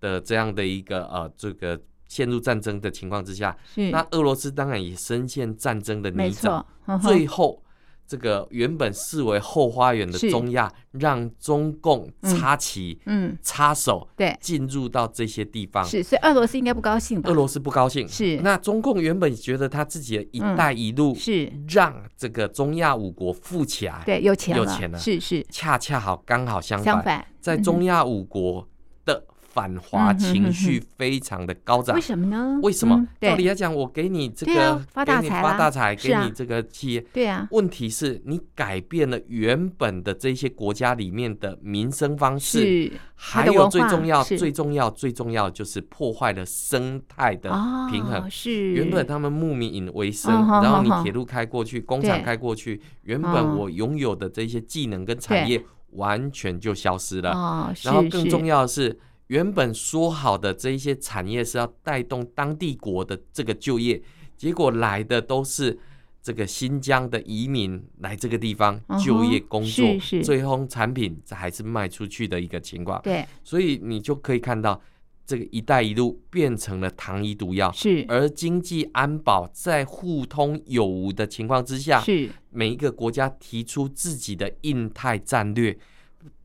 [SPEAKER 2] 的这样的一个呃这个陷入战争的情况之下，
[SPEAKER 1] 是
[SPEAKER 2] 那俄罗斯当然也深陷战争的
[SPEAKER 1] 嗯没
[SPEAKER 2] 泥沼
[SPEAKER 1] 错，，嗯哼
[SPEAKER 2] 最后这个原本视为后花园的
[SPEAKER 1] 是
[SPEAKER 2] 中亚，让中共插旗、
[SPEAKER 1] 嗯，
[SPEAKER 2] 插手
[SPEAKER 1] 对，
[SPEAKER 2] 进入到这些地方。
[SPEAKER 1] 是，所以俄罗斯应该不高兴吧？
[SPEAKER 2] 啊俄罗斯不高兴，
[SPEAKER 1] 是嗯
[SPEAKER 2] 那中共原本觉得他自己的“一带一路”
[SPEAKER 1] 是
[SPEAKER 2] 让这个中亚五国富起来，
[SPEAKER 1] 对有钱
[SPEAKER 2] 有
[SPEAKER 1] 了，
[SPEAKER 2] 钱了
[SPEAKER 1] 是是
[SPEAKER 2] 恰恰好刚好相反，
[SPEAKER 1] 相反，
[SPEAKER 2] 在中亚五国的反华情
[SPEAKER 1] 嗯
[SPEAKER 2] 绪非常的高涨。
[SPEAKER 1] 为什么呢？
[SPEAKER 2] 啊为什么
[SPEAKER 1] 嗯？
[SPEAKER 2] 照理
[SPEAKER 1] 对
[SPEAKER 2] 来讲，我给你这
[SPEAKER 1] 对
[SPEAKER 2] 个，
[SPEAKER 1] 啊发大
[SPEAKER 2] 给你
[SPEAKER 1] 财
[SPEAKER 2] 发
[SPEAKER 1] 啦
[SPEAKER 2] 大财，
[SPEAKER 1] 是
[SPEAKER 2] 给
[SPEAKER 1] 啊
[SPEAKER 2] 你这个企业。
[SPEAKER 1] 对啊，
[SPEAKER 2] 问题是你改变了原本的这些国家里面的民生方式，
[SPEAKER 1] 是它
[SPEAKER 2] 还
[SPEAKER 1] 的
[SPEAKER 2] 有
[SPEAKER 1] 文
[SPEAKER 2] 最
[SPEAKER 1] 化
[SPEAKER 2] 重要、
[SPEAKER 1] 是
[SPEAKER 2] 最重要、最重要就是破坏了生态的
[SPEAKER 1] 哦
[SPEAKER 2] 平衡。
[SPEAKER 1] 是
[SPEAKER 2] 原本他们牧民以为生，
[SPEAKER 1] 嗯哼
[SPEAKER 2] 然后你
[SPEAKER 1] 哼哼
[SPEAKER 2] 铁路开过去，工厂
[SPEAKER 1] 对
[SPEAKER 2] 开过去，原
[SPEAKER 1] 哦
[SPEAKER 2] 本我拥有的这些技能跟产业完全就消失了。
[SPEAKER 1] 哦，是
[SPEAKER 2] 然后更
[SPEAKER 1] 是
[SPEAKER 2] 重要的是，原本说好的这一些产业是要带动当地国的这个就业，结果来的都是这个新疆的移民来这个地方
[SPEAKER 1] 嗯哼
[SPEAKER 2] 就业工作，
[SPEAKER 1] 是是
[SPEAKER 2] 最后产品还是卖出去的一个情况。
[SPEAKER 1] 对
[SPEAKER 2] 所以你就可以看到，这个“一带一路”变成了糖衣毒药。
[SPEAKER 1] 是
[SPEAKER 2] 而经济安保在互通有无的情况之下，
[SPEAKER 1] 是
[SPEAKER 2] 每一个国家提出自己的印太战略，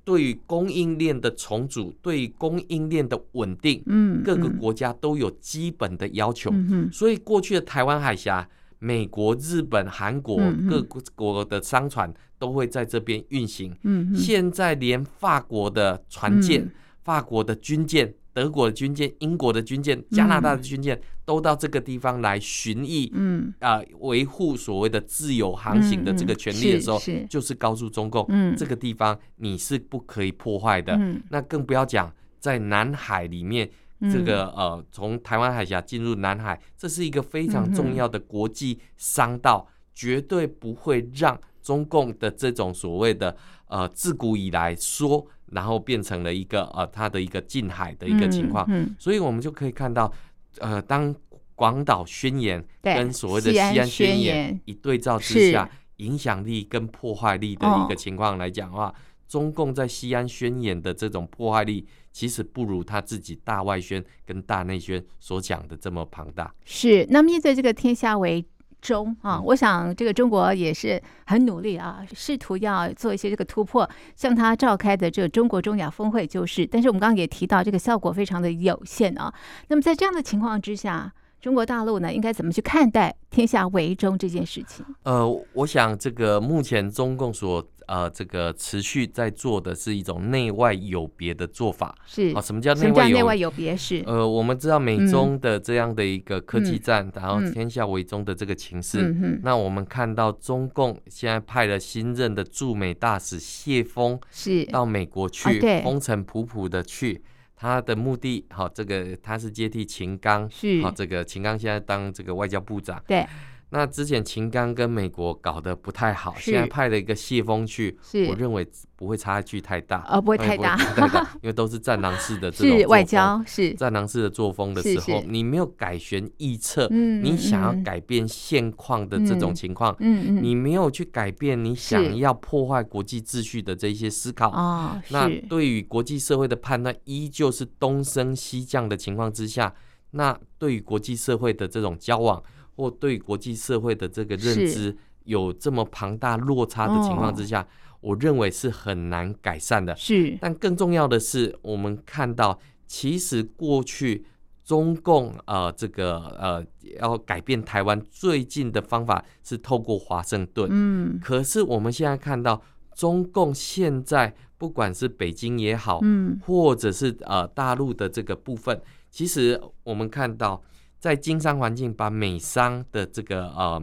[SPEAKER 2] 对于供应链的重组，对于供应链的稳定，
[SPEAKER 1] 嗯
[SPEAKER 2] 各个
[SPEAKER 1] 嗯
[SPEAKER 2] 国家都有基本的要求。
[SPEAKER 1] 嗯哼
[SPEAKER 2] 所以过去的台湾海峡，美国、日本、韩国
[SPEAKER 1] 嗯嗯
[SPEAKER 2] 各国的商船都会在这边运行。
[SPEAKER 1] 嗯哼
[SPEAKER 2] 现在连法国的船舰、
[SPEAKER 1] 嗯
[SPEAKER 2] 法国的军舰、德国的军舰、英国的军
[SPEAKER 1] 嗯
[SPEAKER 2] 舰、加拿大的军舰、都到这个地方来巡弋。
[SPEAKER 1] 嗯
[SPEAKER 2] 啊、维护所谓的自由航行的这个权利的时候，
[SPEAKER 1] 嗯嗯是是
[SPEAKER 2] 就是告诉中共，
[SPEAKER 1] 嗯
[SPEAKER 2] 这个地方你是不可以破坏的。
[SPEAKER 1] 嗯
[SPEAKER 2] 那更不要讲在南海里面，这个呃，从台湾海峡进入南海，这是一个非常重要的国际商道，绝对不会让中共的这种所谓的呃自古以来说，然后变成了一个呃它的一个近海的一个情况。
[SPEAKER 1] 嗯嗯
[SPEAKER 2] 所以我们就可以看到，呃，当广岛宣言
[SPEAKER 1] 对
[SPEAKER 2] 跟所谓的
[SPEAKER 1] 西
[SPEAKER 2] 西
[SPEAKER 1] 安
[SPEAKER 2] 安
[SPEAKER 1] 宣
[SPEAKER 2] 宣
[SPEAKER 1] 言
[SPEAKER 2] 言一对照之下，影响力跟破坏力的
[SPEAKER 1] 哦
[SPEAKER 2] 一个情况来讲的话，中共在西安宣言的这种破坏力，其实不如他自己大外宣跟大内宣所讲的这么庞大。
[SPEAKER 1] 是。那面对这个天下为中啊，
[SPEAKER 2] 嗯
[SPEAKER 1] 我想这个中国也是很努力啊，试图要做一些这个突破。像他召开的这个中国中亚峰会就是，但是我们刚刚也提到，这个效果非常的有限啊。那么在这样的情况之下，中国大陆呢，应该怎么去看待天下为中这件事情？
[SPEAKER 2] 呃，我想这个目前中共所呃这个持续在做的是一种内外有别的做法
[SPEAKER 1] 是
[SPEAKER 2] 啊。什么叫
[SPEAKER 1] 什
[SPEAKER 2] 内
[SPEAKER 1] 么叫
[SPEAKER 2] 外有
[SPEAKER 1] 内外有别是？
[SPEAKER 2] 呃，我们知道美中的这样的一个科技战，然后
[SPEAKER 1] 嗯
[SPEAKER 2] 天下为中的这个呃情势，
[SPEAKER 1] 嗯哼，
[SPEAKER 2] 那我们看到中共现在派了新任的驻美大使谢峰
[SPEAKER 1] 是
[SPEAKER 2] 到美国
[SPEAKER 1] 啊
[SPEAKER 2] 去，
[SPEAKER 1] 对
[SPEAKER 2] 风尘仆仆的去。他的目的，好、这个他是接替秦刚，
[SPEAKER 1] 是
[SPEAKER 2] 好、这个秦刚现在当这个外交部长。
[SPEAKER 1] 对，
[SPEAKER 2] 那之前秦刚跟美国搞得不太好，
[SPEAKER 1] 是
[SPEAKER 2] 现在派了一个谢峰去，
[SPEAKER 1] 是
[SPEAKER 2] 我认为不会差距太大，
[SPEAKER 1] 呃不会太大
[SPEAKER 2] 呃不 会太大因为都是战狼式的这种
[SPEAKER 1] 是外
[SPEAKER 2] 作
[SPEAKER 1] 交
[SPEAKER 2] 风
[SPEAKER 1] 是，
[SPEAKER 2] 战狼式的作风的时候，
[SPEAKER 1] 是是
[SPEAKER 2] 你没有改弦易辙，
[SPEAKER 1] 嗯
[SPEAKER 2] 你想
[SPEAKER 1] 嗯
[SPEAKER 2] 要改变现况的这种情况，
[SPEAKER 1] 嗯嗯，
[SPEAKER 2] 你没有去改变你
[SPEAKER 1] 是
[SPEAKER 2] 想要破坏国际秩序的这一些思考。
[SPEAKER 1] 哦
[SPEAKER 2] 那
[SPEAKER 1] 是
[SPEAKER 2] 对于国际社会的判断依旧是东升西降的情况之下，那对于国际社会的这种交往或对于国际社会的这个认
[SPEAKER 1] 是哦
[SPEAKER 2] 知有这么庞大落差的情况之下，我认为是很难改善的。
[SPEAKER 1] 是
[SPEAKER 2] 但更重要的是，我们看到其实过去中共呃这个呃要改变台湾最近的方法是透过华盛顿，
[SPEAKER 1] 嗯
[SPEAKER 2] 可是我们现在看到中共现在不管是北京也好，
[SPEAKER 1] 嗯
[SPEAKER 2] 或者是呃大陆的这个部分，其实我们看到在经商环境把美商的这个呃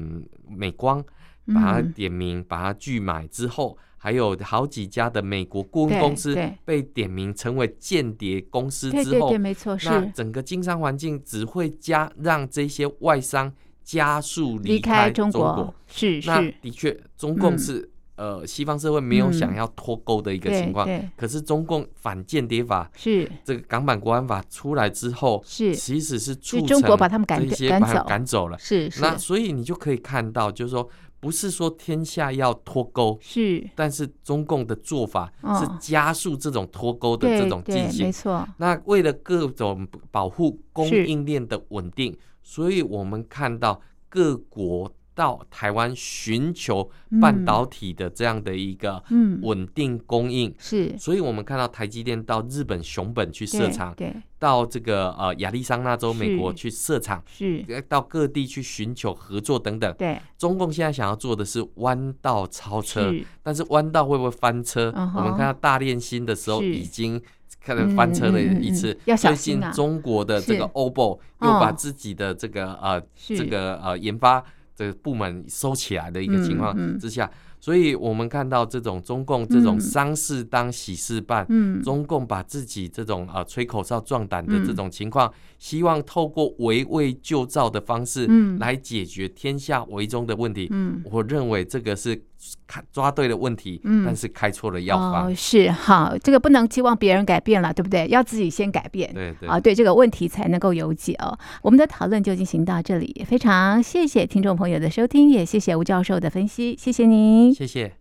[SPEAKER 2] 美光把它
[SPEAKER 1] 嗯
[SPEAKER 2] 点名、把它拒买之后，还有好几家的美国顾问
[SPEAKER 1] 对
[SPEAKER 2] 公司
[SPEAKER 1] 对
[SPEAKER 2] 被点名成为间谍公司
[SPEAKER 1] 对
[SPEAKER 2] 之
[SPEAKER 1] 对
[SPEAKER 2] 后，
[SPEAKER 1] 对没错是
[SPEAKER 2] 那整个经商环境只会加让这些外商加速
[SPEAKER 1] 离
[SPEAKER 2] 开
[SPEAKER 1] 开中国是
[SPEAKER 2] 那
[SPEAKER 1] 是
[SPEAKER 2] 的确，中共
[SPEAKER 1] 嗯
[SPEAKER 2] 是、呃西方社会没有想
[SPEAKER 1] 嗯
[SPEAKER 2] 要脱钩的一个
[SPEAKER 1] 对
[SPEAKER 2] 情况，
[SPEAKER 1] 对
[SPEAKER 2] 可是中共反间谍法
[SPEAKER 1] 是
[SPEAKER 2] 这个港版国安法出来之后，
[SPEAKER 1] 是
[SPEAKER 2] 其实是
[SPEAKER 1] 就
[SPEAKER 2] 促成
[SPEAKER 1] 中国把他们赶
[SPEAKER 2] 这些
[SPEAKER 1] 赶
[SPEAKER 2] 把他
[SPEAKER 1] 走
[SPEAKER 2] 赶走了。
[SPEAKER 1] 是是
[SPEAKER 2] 呃那所以你就可以看到，就是说不是说天下要脱钩，
[SPEAKER 1] 是
[SPEAKER 2] 但是中共的做法
[SPEAKER 1] 哦
[SPEAKER 2] 是加速这种脱钩的这
[SPEAKER 1] 对
[SPEAKER 2] 种
[SPEAKER 1] 对
[SPEAKER 2] 进行
[SPEAKER 1] 没。错
[SPEAKER 2] 那为了各种保护供
[SPEAKER 1] 是
[SPEAKER 2] 应链的稳定，所以我们看到各国到台湾寻求半导体的这样的一个
[SPEAKER 1] 嗯，
[SPEAKER 2] 稳定供应。
[SPEAKER 1] 是
[SPEAKER 2] 所以，我们看到台积电到日本熊本去设
[SPEAKER 1] 对
[SPEAKER 2] 厂，
[SPEAKER 1] 对，
[SPEAKER 2] 到这个呃亚利桑那州美国
[SPEAKER 1] 是
[SPEAKER 2] 去设厂，
[SPEAKER 1] 是，
[SPEAKER 2] 呃到各地去寻求合作等等。
[SPEAKER 1] 对，
[SPEAKER 2] 中共现在想要做的是弯道超车，
[SPEAKER 1] 是
[SPEAKER 2] 但是弯道会不会翻车？
[SPEAKER 1] 嗯哼
[SPEAKER 2] 我们看到大练新的时候
[SPEAKER 1] 是
[SPEAKER 2] 已经可能翻车了一次。
[SPEAKER 1] 嗯嗯嗯嗯要小
[SPEAKER 2] 最
[SPEAKER 1] 心
[SPEAKER 2] 近
[SPEAKER 1] 啊
[SPEAKER 2] 中国的这
[SPEAKER 1] 是哦
[SPEAKER 2] 个 OPPO 又把自己的这个、呃
[SPEAKER 1] 是
[SPEAKER 2] 这个呃研发的部门收起来的一个情
[SPEAKER 1] 嗯嗯
[SPEAKER 2] 况之下，所以我们看到这种中共这种
[SPEAKER 1] 嗯
[SPEAKER 2] 丧事当喜事办。
[SPEAKER 1] 嗯，
[SPEAKER 2] 中共把自己这种啊、呃吹口哨壮胆的
[SPEAKER 1] 嗯
[SPEAKER 2] 这种情况，希望透过围魏救赵的方式
[SPEAKER 1] 嗯
[SPEAKER 2] 来解决天下为中的问题。
[SPEAKER 1] 嗯。
[SPEAKER 2] 我认为这个是看抓对了问题，
[SPEAKER 1] 嗯
[SPEAKER 2] 但是开错了药方。
[SPEAKER 1] 哦，是好，这个不能期望别人改变了，对不对？要自己先改变。
[SPEAKER 2] 对对，
[SPEAKER 1] 啊，对这个问题才能够有解哦。我们的讨论就进行到这里，非常谢谢听众朋友的收听，也谢谢吴教授的分析，谢谢您。
[SPEAKER 2] 谢谢。